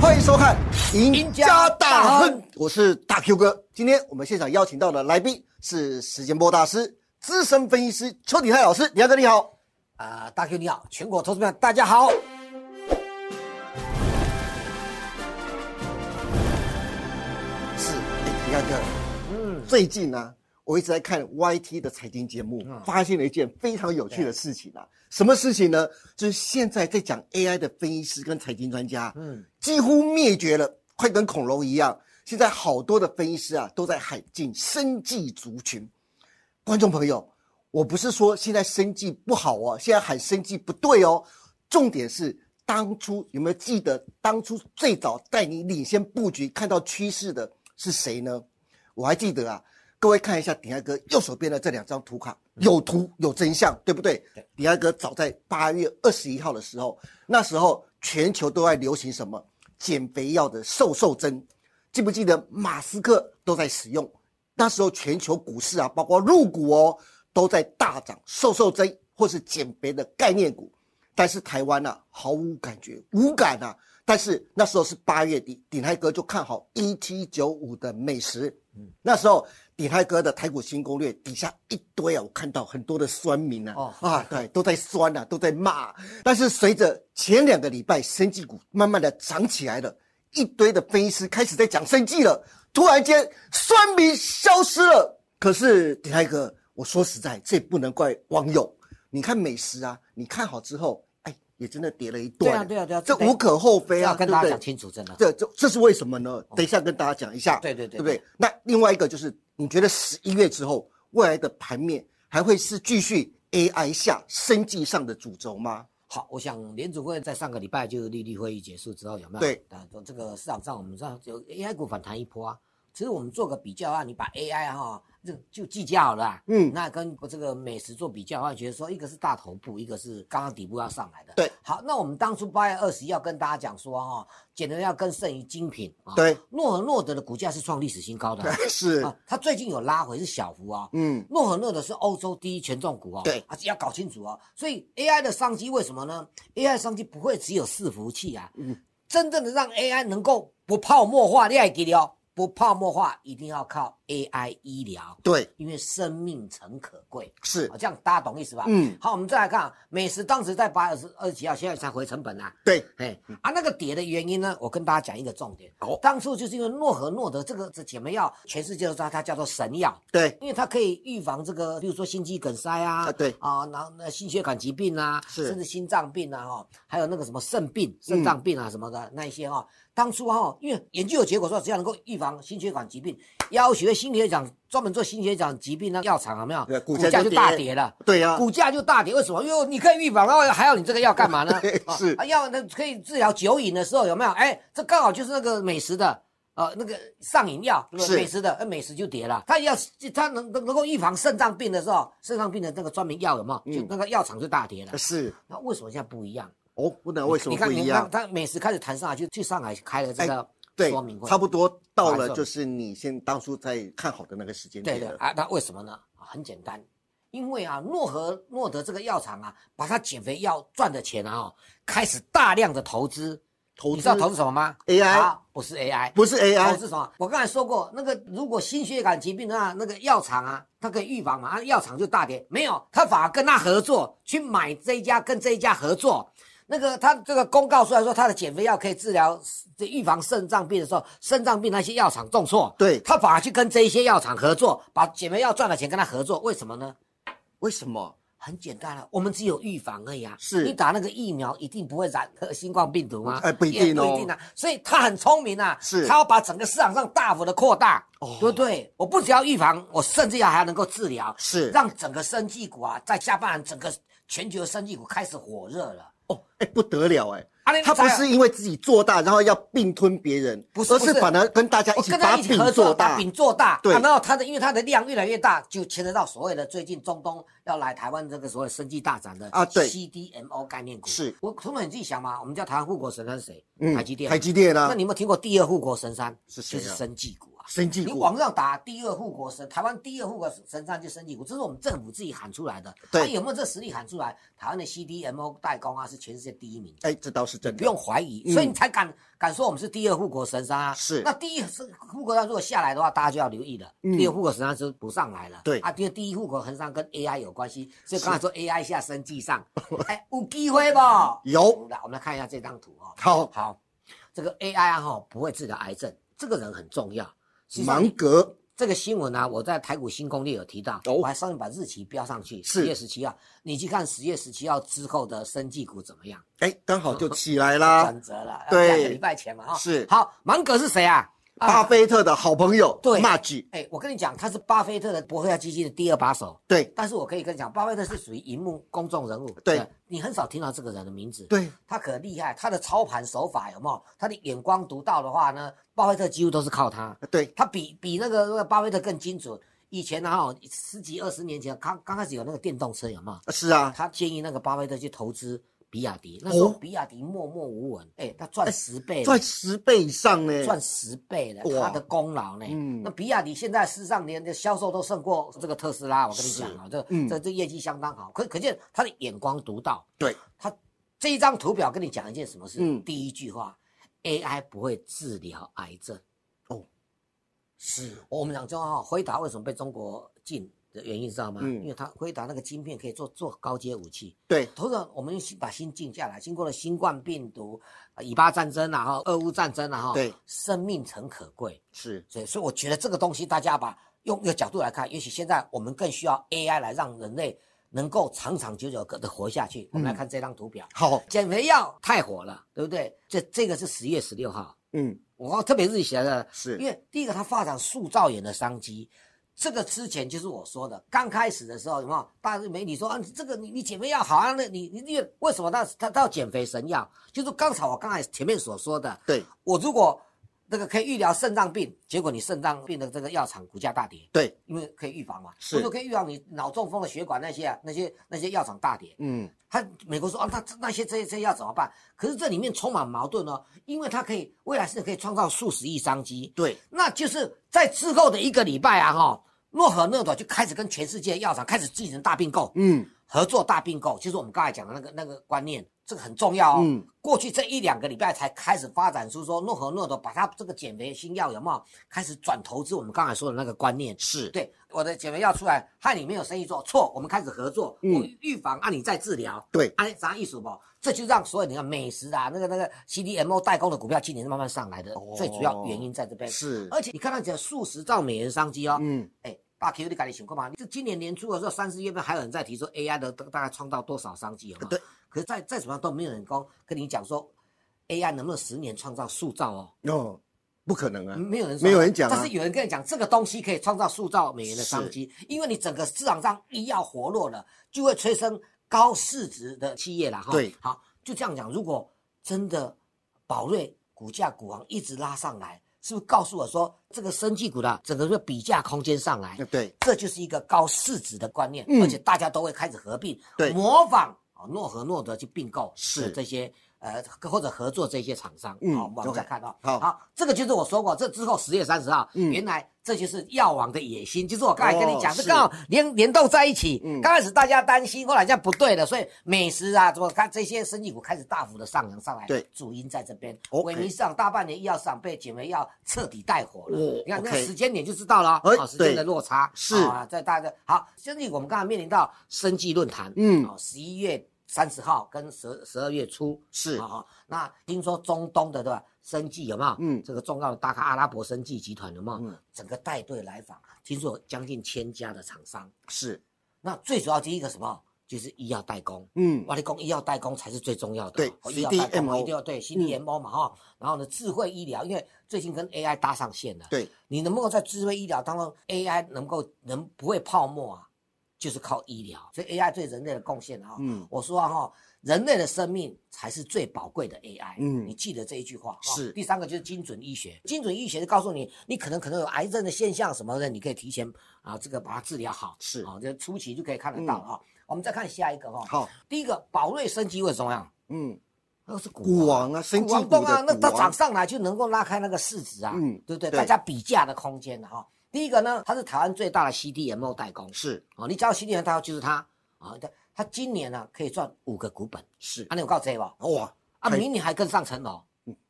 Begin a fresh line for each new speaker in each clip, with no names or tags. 欢迎收看《赢家大亨》，我是大 Q 哥。今天我们现场邀请到的来宾是时间波大师、资深分析师邱鼎泰老师。李大哥你好，
啊、大 Q 你好，全国投资朋友大家好。
是哎李大哥。嗯，最近呢、我一直在看 YT 的财经节目，发现了一件非常有趣的事情啊。什么事情呢？就是现在在讲 AI 的分析师跟财经专家，嗯，几乎灭绝了，快跟恐龙一样。现在好多的分析师啊，都在海进生计族群。观众朋友，我不是说现在生计不好哦，现在喊生计不对哦，重点是当初有没有记得当初最早带你领先布局、看到趋势的是谁呢？我还记得啊，各位看一下鼎泰哥右手边的这两张图卡，有图有真相，对不对
对？
鼎泰哥早在八月二十一号的时候，那时候全球都在流行什么减肥药的瘦瘦针，记不记得马斯克都在使用？那时候全球股市啊，包括入股哦，都在大涨瘦瘦针或是减肥的概念股，但是台湾啊毫无感觉，无感啊。但是那时候是八月底，鼎泰哥就看好一七九五的美食。那时候鼎泰哥的台股新攻略底下一堆啊，我看到很多的酸民啊，
哦
啊，对，都在酸啊，都在骂啊、但是随着前两个礼拜生技股慢慢的涨起来了，一堆的分析师开始在讲生技了，突然间酸民消失了。可是鼎泰哥，我说实在，这也不能怪网友。你看美食啊，你看好之后，哎，也真的跌了一段。欸
对啊对啊对啊
这无可厚非啊，
要
对
跟
不
大家
对
讲清楚，真的。
这这这是为什么呢？等一下跟大家讲一下。
哦对对对
对不对？那另外一个就是，你觉得十一月之后未来的盘面还会是继续 AI 下生计上的主轴吗？
好，我想联储会在上个礼拜就是利率会议结束之后有没有？
对
啊，这个市场上我们知道有 AI 股反弹一波啊。其实我们做个比较啊，你把 AI 哈、这个就计价好了啊。
嗯
那跟这个美食做比较的话，觉得说一个是大头部，一个是刚刚底部要上来的。
对。
好，那我们当初八月二十要跟大家讲说哈、减的要更胜于精品啊。。
对，
诺和诺德的股价是创历史新高的啊、
是，
啊，它最近有拉回是小幅啊、
嗯，
诺和诺的是欧洲第一权重股哦，
对
啊，要搞清楚哦。所以 AI 的商机为什么呢？AI 商机不会只有伺服器啊，
嗯
真正的让 AI 能够不泡沫化，你也给你哦，不泡沫化一定要靠 AI 医疗，
对，
因为生命诚可贵。
是
啊，，这样大家懂意思吧？
嗯
好，我们再来看啊，美食当时在八二十二几号，现在才回成本啊。
对，
哎啊，那个跌的原因呢，我跟大家讲一个重点。
嗯好
当初就是因为诺和诺德这个这姐妹药，全世界都知道它叫做神药，
对，
因为它可以预防这个，比如说心肌梗塞啊，
啊对
啊，然后呢心血管疾病啊，
是嗯
甚至心脏病啊，哈，还有那个什么肾病、肾脏病啊什么的、那一些哈、当初哈、啊因为研究有结果说，只要能够预防心血管疾病，要学心血管专门做心血管疾病那药厂有没有
对？股
股
价就
价就大
跌
跌了。
对呀、
股价就大跌，为什么？因为你可以预防，然后还要你这个药干 嘛呢
对？
啊
是
啊，药那可以治疗酒瘾的时候有没有？哎，这刚好就是那个美食的。呃，那个上瘾药，对不
是
对？美食的，呃，美食就跌了。它要它能能能够预防肾脏病的时候，肾脏病的那个专门药有没有？就
嗯
那个药厂就大跌了。
是，
那为什么现在不一样？
哦，不能为什么
你
不
看，
一
你
样哎
看，？它美食开始谈上海，就去上海开了这个
对
说明，会，
差不多到
不好意
了
思
就是你先当初在看好的那个时间
对
点
的
了，
啊，那为什么呢？啊很简单，因为啊，诺和诺德这个药厂啊，把它减肥药赚的钱啊、哦，开始大量的投资。
投
你
资
知道投资什么吗
AI
啊不哦是 AI，
不是
投
AI，
资什么？我刚才说过，那个如果心血管疾病的话，那个药厂啊，它可以预防嘛，啊，药厂就大跌。没有，他反而跟他合作，去买这一家，跟这一家合作。那个他这个公告出来说，他的减肥药可以治疗这预防肾脏病的时候，肾脏病那些药厂重挫，
对
他反而去跟这一些药厂合作，把减肥药赚的钱跟他合作，为什么呢？
为什么？
很简单了、我们只有预防而已啊。
是
你打那个疫苗一定不会染呃新冠病毒吗？
哎不一定哦
也不一定啊。所以他很聪明啊，
是
他要把整个市场上大幅的扩大，
哦
对不对？我不只要预防，我甚至要还能够治疗，
是
让整个生技股啊，在下半年整个全球的生技股开始火热了。
哦，哎、不得了哎、
啊你
他不
才
是因为自己做大，然后要并吞别人，
不是
而
不
是
是
反而跟大家一
我
起
跟他
把
一起
饼
合
做
作，
大
把。饼做大。
对
啊然后他的，因为他的量越来越大，就牵扯到所谓的最近中东要来台湾这个所谓生计大展的
啊对
CDMO 概念股。
是
我同学你自己想嘛，我们叫台湾护国神山是谁？
嗯
台积电。
台积电啊
那，你有没有听过第二护国神山？
是谁
就
啊
是生技股啊。
生技
你
股
网上打第二护国神，台湾第二护国神山就生技股，这是我们政府自己喊出来的。
对
它有没有这实力喊出来？台湾的 CDMO 代工啊，是全世界第一名，
哎，这倒是真
不
的。
用怀疑，
嗯
所以你才敢敢说我们是第二护国神山啊。
是
那第一护国神山如果下来的话，大家就要留意了。
嗯
第二护国神山是不上来了。
对
啊，因为第一护国神山跟 AI 有关系，所以刚才说 AI 下生 技上，哎，有机会不？
有
来，我们来看一下这张图哦。
好
好，这个 AI 啊哈不会治疗癌症，这个人很重要。实际上
芒格
这个新闻呢、啊我在台股新攻略有提到，
哦
我还上面把日期标上去，
是
十月十七号。你去看十月十七号之后的生技股怎么样？
哎，刚好就起来啦。
转折了，
对
两个礼拜前嘛啊、
是
好，芒格是谁啊？啊
巴。菲特的好朋友
对
m a g
哎，我跟你讲，他是巴菲特的伯克夏基金的第二把手。
对
但是我可以跟你讲，巴菲特是属于荧幕公众人物，
对
你很少听到这个人的名字。
对，
他可厉害，他的操盘手法有没有？他的眼光独到的话呢，巴菲特几乎都是靠他。
对，
他比比那个那个巴菲特更精准。以前呢、哈，十几二十年前刚刚开始有那个电动车，有没有？
是啊，
他建议那个巴菲特去投资比亚迪，那时候
哦
比亚迪默默无闻，哎、他赚十倍了，
赚十倍以上呢。
赚十倍了，
哇
他的功劳呢？
嗯
那比亚迪现在事实上连的销售都胜过这个特斯拉，我跟你讲啊，这、
嗯
这这业绩相当好，可可见他的眼光独到。
对，
他这一张图表跟你讲一件什么事？
嗯
第一句话，AI 不会治疗癌症。
哦，
是我们讲中哈，辉达为什么被中国禁的原因知道吗？
嗯
因为它辉达那个晶片可以做做高阶武器。
对，
头上我们把心静下来，经过了新冠病毒、呃以巴战争啊，哈，俄乌战争啊，哈，
对，
生命诚可贵，
是
所以所以我觉得这个东西大家把用一个角度来看，也许现在我们更需要 AI 来让人类能够长长久久的活下去。我们来看这张图表，
好，
减肥药太火了，对不对？这这个是十月十六号，
嗯，
我特别日写的，
是
因为第一个它发展塑造眼的商机，这个之前就是我说的，刚开始的时候有没有？大家媒体说啊，这个你你减肥药好啊，那你你你为什么他他他要减肥神药？就是刚才我刚才前面所说的，
对
我如果那个可以预疗肾脏病，结果你肾脏病的这个药厂股价大跌，
对，
因为可以预防嘛，
是
或者可以预防你脑中风的血管那些啊那些那些药厂大跌，
嗯，
他美国说啊，那这那些这些这些要怎么办？可是这里面充满矛盾哦，因为它可以未来是可以创造数十亿商机，
对，
那就是在之后的一个礼拜啊，哈，诺和诺朵就开始跟全世界的药厂开始进行大并购，
嗯，
合作大并购，就是我们刚才讲的那个那个观念，这个很重要哦。
嗯
过去这一两个礼拜才开始发展出说诺和诺朵把它这个减肥新药有没有开始转投资我们刚才说的那个观念，
是，
对，我的减肥药出来，害你没有生意做，错，我们开始合作，
嗯
我预防，啊，你再治疗，
对
啊，啥意思不？这就让所有你看美食啊，那个那个 CDMO 代工的股票今年是慢慢上来的，
哦
最主要原因在这边。
是，
而且你看到这数十兆美元商机哦，
嗯，
哎、大 Q 你赶紧情况嘛，这今年年初的时候，三四月份还有人在提说 AI 的大概创造多少商机，有吗？
对，
可是再再怎么样都没有人跟跟你讲说 AI 能不能十年创造数兆哦。
哦，不可能啊，
没有人说
没有人讲啊
但是有人跟你讲，这个东西可以创造数兆美元的商机，因为你整个市场上医药活络了，就会催生高市值的企业了哈。
对
好，就这样讲。如果真的宝瑞股价股王一直拉上来，是不是告诉我说这个生技股的整个的比价空间上来？
呃对，
这就是一个高市值的观念，
嗯
而且大家都会开始合并，
对
模仿啊诺和诺德去并购
是
呃这些呃或者合作这些厂商，
嗯
好，我们
OK，
再看到，
好
这个就是我说过，这之后十月三十号，
嗯
原来这就是药王的野心，就是我刚才跟你讲，
哦
这
是
刚好联联动在一起，
嗯
刚开始大家担心，后来这样不对了，所以美食啊，怎么看这些生意股开始大幅的上扬上来，
对
主因在这边，
OK
萎靡市场大半年医药市场被减肥药彻底带火了，
哦
你看那个
OK
时间点就知道了，
哎
哦，时间
对
的落差
是
啊，在大家好，现在我们刚才面临到生计论坛，
嗯
哦，十一月三十号跟十十二月初
是
啊、哦那听说中东的对吧，生计有没有？
嗯
这个重要的大咖阿拉伯生计集团有没有？
嗯
整个带队来访，听说有将近千家的厂商。
是，
那最主要第一个什么，就是医药代工。
嗯，
瓦力工医药代工才是最重要的，
对
哦医药代工
CDMO
一定要对 CDMO 嘛
嗯
哈、然后呢，智慧医疗，因为最近跟 AI 搭上线了，
对，
你能不能在智慧医疗当中 AI 能够能不会泡沫啊？就是靠医疗，所以 AI 对人类的贡献啊、
嗯
我说啊哈、人类的生命才是最宝贵的 AI。
嗯
你记得这一句话、哦
是
第三个就是精准医学，精准医学就告诉你，你可能可能有癌症的现象什么的，你可以提前啊这个把它治疗好。
是嗯
啊、这初期就可以看得到啊、我们再看下一个哈、哦。
好，
第一个，宝瑞升级为什么样？
嗯，
那个是股
股王啊，生
股
技
王
股的
动
股
啊
王，，
那它涨上来就能够拉开那个市值啊，
嗯
对不对？
对
大家比价的空间啊哈、第一个呢，它是台湾最大的 CDMO 代工，
是
哦，你只要 CDMO 代工就是它啊，它它今年呢、可以赚五个股本，
是
啊，你有告知不？
哇，
啊，
太
明年还更上层楼，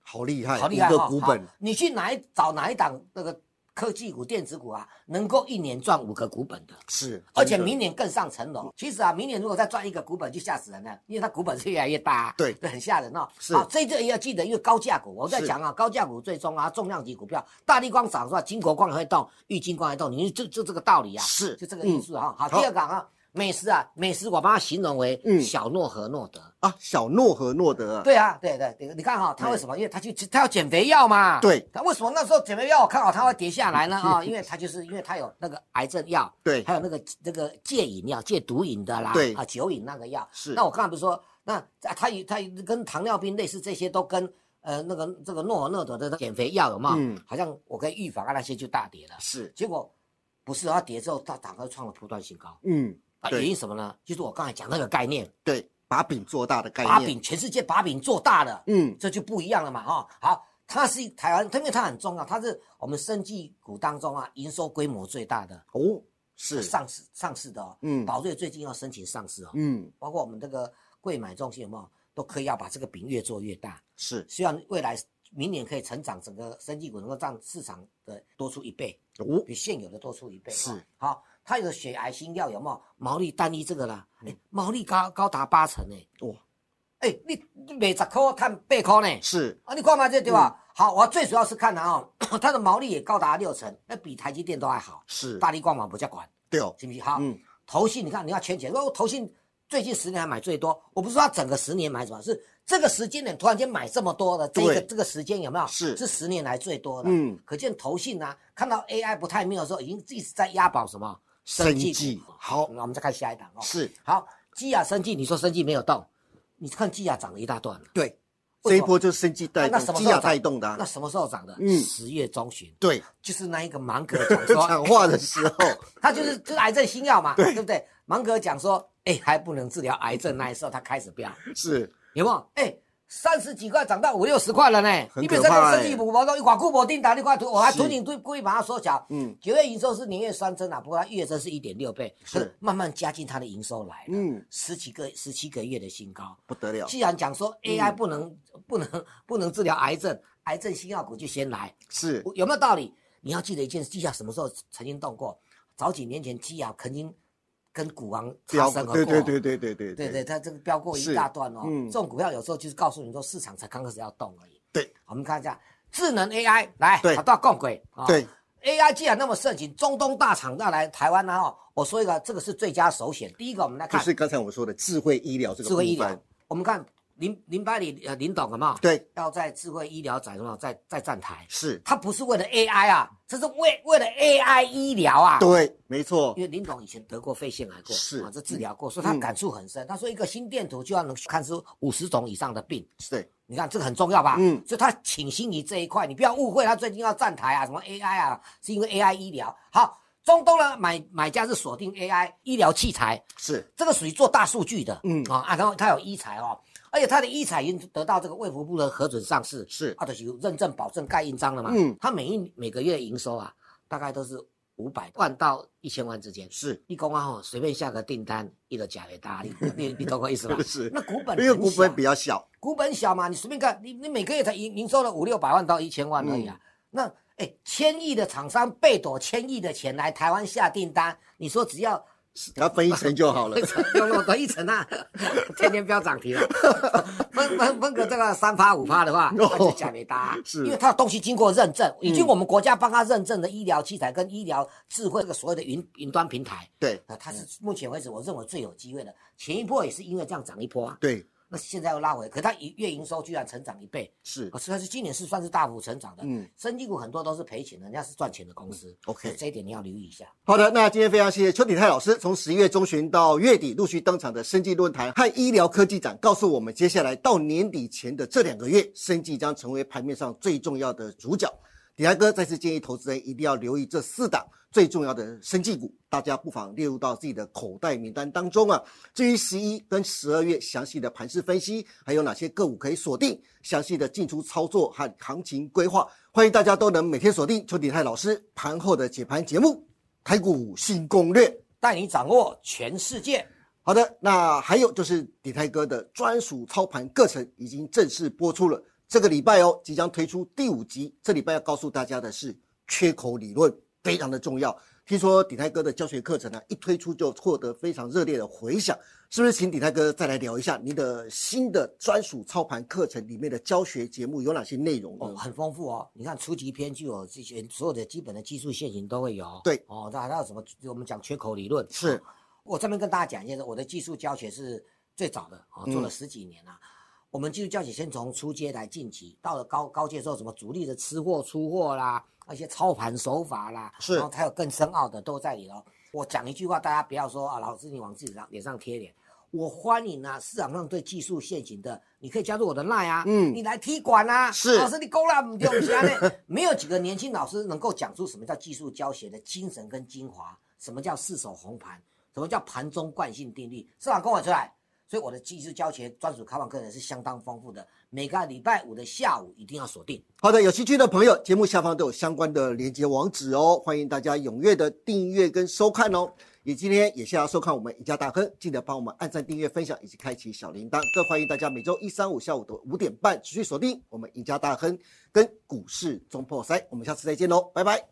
好厉害，
好厉害
哎
哦
五
哈
个股本
好，你去哪一找哪一档那个科技股、电子股啊，能够一年赚五个股本的？
是，
而且
真的
明年更上层楼。其实啊，明年如果再赚一个股本，就吓死人了，因为它股本是越来越大、啊，
对
很吓人哦。
是
好，这一个也要记得，因为高价股，我在讲啊，高价股最终啊，重量级股票，大力光涨是吧？金国光也会动，玉金光也动，你就就这个道理啊，
是嗯
就这个因素哈、好，
好
第二个啊，美食啊，美食我把它形容为
嗯
小诺和诺德。
啊，小诺和诺德啊，
对啊，对对对，你看哈、他为什么？因为他去他要减肥药嘛。
啊对，
他为什么那时候减肥药我看好他会跌下来 呢？啊、因为他就是因为他有那个癌症药，
对
还有那个那个戒瘾药、戒毒瘾的啦，
对
啊，酒瘾那个药。
是
那我刚才不是说，那啊他与他跟糖尿病类似，这些都跟呃那个这个诺和诺德的减肥药有没有？
嗯
好像我可以预防啊，那些就大跌了。
是，
结果不是，它跌之后，它打开创了波段新高。
嗯，
啊，
对
原因什么呢？就是我刚才讲那个概念，
对，把饼做大的概
把
念，
饼全世界把饼做大了。
嗯，
这就不一样了嘛，哈、好，它是台湾，因为它很重要，它是我们生技股当中啊营收规模最大的，
哦，是，
上市上市的哦。
嗯
宝瑞最近要申请上市哦，
嗯，
包括我们这个贵买中心有没有，都可以要把这个饼越做越大，
是，
希望未来明年可以成长，整个生技股能够让市场的多出一倍，
哦，
比现有的多出一倍。
是
哦好，它有血癌新药有没有毛利单一这个啦？哎，毛利高高达八成哎、
嗯哇，
哎，你你每十块看八块呢？
是，
啊，你看嘛这对吧？
嗯
好，我最主要是看它哦， 它的毛利也高达六成，那比台积电都还好。
是，
大力光嘛不叫管，
对哦，
信不信？好，
嗯，
投信你看你要圈钱，哦，投信最近十年还买最多，我不是说它整个十年买什么，是这个时间点突然间买这么多的，这
对
个这个时间有没有？
是
是十年来最多的。
嗯，
可见投信啊，看到 AI 不太妙的时候，已经一直在押宝什么
生
技
技
股
好
那我们再看下一档哦。
是，
好，基亚生技，你说生技没有动，你看基亚涨了一大段了。
对，这一
为什么啊
波就是生技带
那那什
动、
么
基
时候
亚
涨
带动的
那啊
啊，
什么时候涨的？
嗯
十月中旬，
对，
就是那一个芒格讲说，
讲话的时候，
他就是就是癌症新药嘛，对不对？芒格讲说，哎、还不能治疗癌症，那时候他开始飙，
是，
有没有？哎、三十几块涨到五六十块了呢，
很
你每
可
次
怕
都
欸
生意不保证，一寡固保定打你块图，我还
是
图你故故意把它缩小。
嗯
九月营收是年月双增啊，不过它月增是一点六倍，
是
可慢慢加进它的营收来了，
嗯，
十几个十七个月的新高。
不得了，
既然讲说 AI 不能、不能不能治疗癌症，癌症新药股就先来，
是，
有没有道理？你要记得一件事，基亚什么时候曾经动过？早几年前，基亚曾经跟股王擦
标
身而过，
对对对对对对
对对，它这个飙过一大段哦。
是嗯
这种股票有时候就是告诉你说，市场才刚开始要动而已。
对，
我们看一下智能 AI，来，
对
好到共轨啊。
对，
AI 既然那么盛行，中东大厂要来台湾呢、哦，我说一个，这个是最佳首选。第一个，我们来
就
看
是刚才我说的智慧医疗这个
智慧医
部
疗
分，。
我们看林林百里呃林董好不好？
对，
要在智慧医疗展什么在在站台，
是，
它不是为了 AI 啊，这是为为了 AI 医疗啊。
对，没错
因，为林董以前得过肺腺癌过，
是嗯
啊，这治疗过，所以他感触很深。他说一个心电图就要能看出五十种以上的病，
对，
你看这个很重要吧？
嗯
所以他倾心于这一块，你不要误会，他最近要站台啊，什么 AI 啊，是因为 AI 医疗。好，中东呢买买家是锁定 AI 医疗器材，
是，
这个属于做大数据的，
嗯
啊，啊然后它有医材哦，而且它的医材已经得到这个卫福部的核准上市，
是
啊，就是有认证保证盖印章了嘛，
嗯
它每一每个月营收啊，大概都是五百万到一千万之间，
是，？
一公啊吼，随便下个订单，一个假的大力，你你懂我意思吧
是
那股本
因为
很
股本
小
比较小，
股本小嘛，你随便看，你你每个月才营营收了五六百万到一千万而已啊。
嗯
那哎，千亿的厂商背躲千亿的钱来台湾下订单，你说只要
然后分一层就好了
一，层 又落得一层啊，天天飙涨 停了。啊分分分个这个三趴五趴的话，
哦
那就假没搭，
是嗯
因为它的东西经过认证，已经我们国家帮它认证的医疗器材跟医疗智慧这个所谓的云云端平台，
对，
啊，它是目前为止我认为最有机会的。前一波也是因为这样涨一波啊，
对，
那现在又拉回，可它一月营收居然成长一倍，
是
啊，，所以它是今年是算是大幅成长的。
嗯，
生技股很多都是赔钱的，人家是赚钱的公司。
OK
所以这一点你要留意一下。
好的，那今天非常谢谢邱鼎泰老师，从十一月中旬到月底陆续登场的生技论坛和医疗科技展，告诉我们接下来到年底前的这两个月，生技将成为盘面上最重要的主角。李安哥再次建议投资人一定要留意这四档最重要的生技股，大家不妨列入到自己的口袋名单当中啊。至于十一跟十二月详细的盘势分析，还有哪些个股可以锁定，详细的进出操作和行情规划，欢迎大家都能每天锁定邱鼎泰老师盘后的解盘节目《台股新攻略》。
带你掌握全世界。
好的，那还有就是底泰哥的专属操盘课程已经正式播出了，这个礼拜哦即将推出第五集。这礼拜要告诉大家的是缺口理论非常的重要。听说底泰哥的教学课程呢、啊一推出就获得非常热烈的回响，是不是？请底泰哥再来聊一下您的新的专属操盘课程里面的教学节目有哪些内容呢？
哦，很丰富哦。你看初级篇就有这些所有的基本的技术线型都会有。
对
哦，那还有什么？我们讲缺口理论。啊
是
我这边跟大家讲一下，我的技术教学是最早的啊、哦，
嗯
做了十几年了、我们技术教学先从初阶来晋级，到了高高阶之后，什么主力的吃货、出货啦，那些操盘手法啦，
是
然后还有更深奥的都在里头。我讲一句话，大家不要说啊，老师你往自己上脸上贴脸。我欢迎啊，市场上对技术陷阱的，你可以加入我的 line 啊，
嗯
你来踢馆啊，
是
老师你够了，不用瞎呢。 没有几个年轻老师能够讲出什么叫技术教学的精神跟精华，什么叫四手红盘，什么叫盘中惯性定律，市场跟我出来。所以我的技术教学专属开放课程是相当丰富的，每个礼拜五的下午一定要锁定。
好的，有兴趣的朋友，节目下方都有相关的连接网址哦，欢迎大家踊跃的订阅跟收看哦。也今天也谢谢大家收看我们赢家大亨，记得帮我们按赞、订阅、分享以及开启小铃铛。更欢迎大家每周一、三、五下午的五点半持续锁定我们赢家大亨跟股市中破塞，我们下次再见喽，拜拜。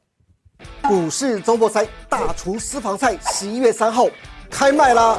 股市周末三大厨私房菜十一月三号开卖啦！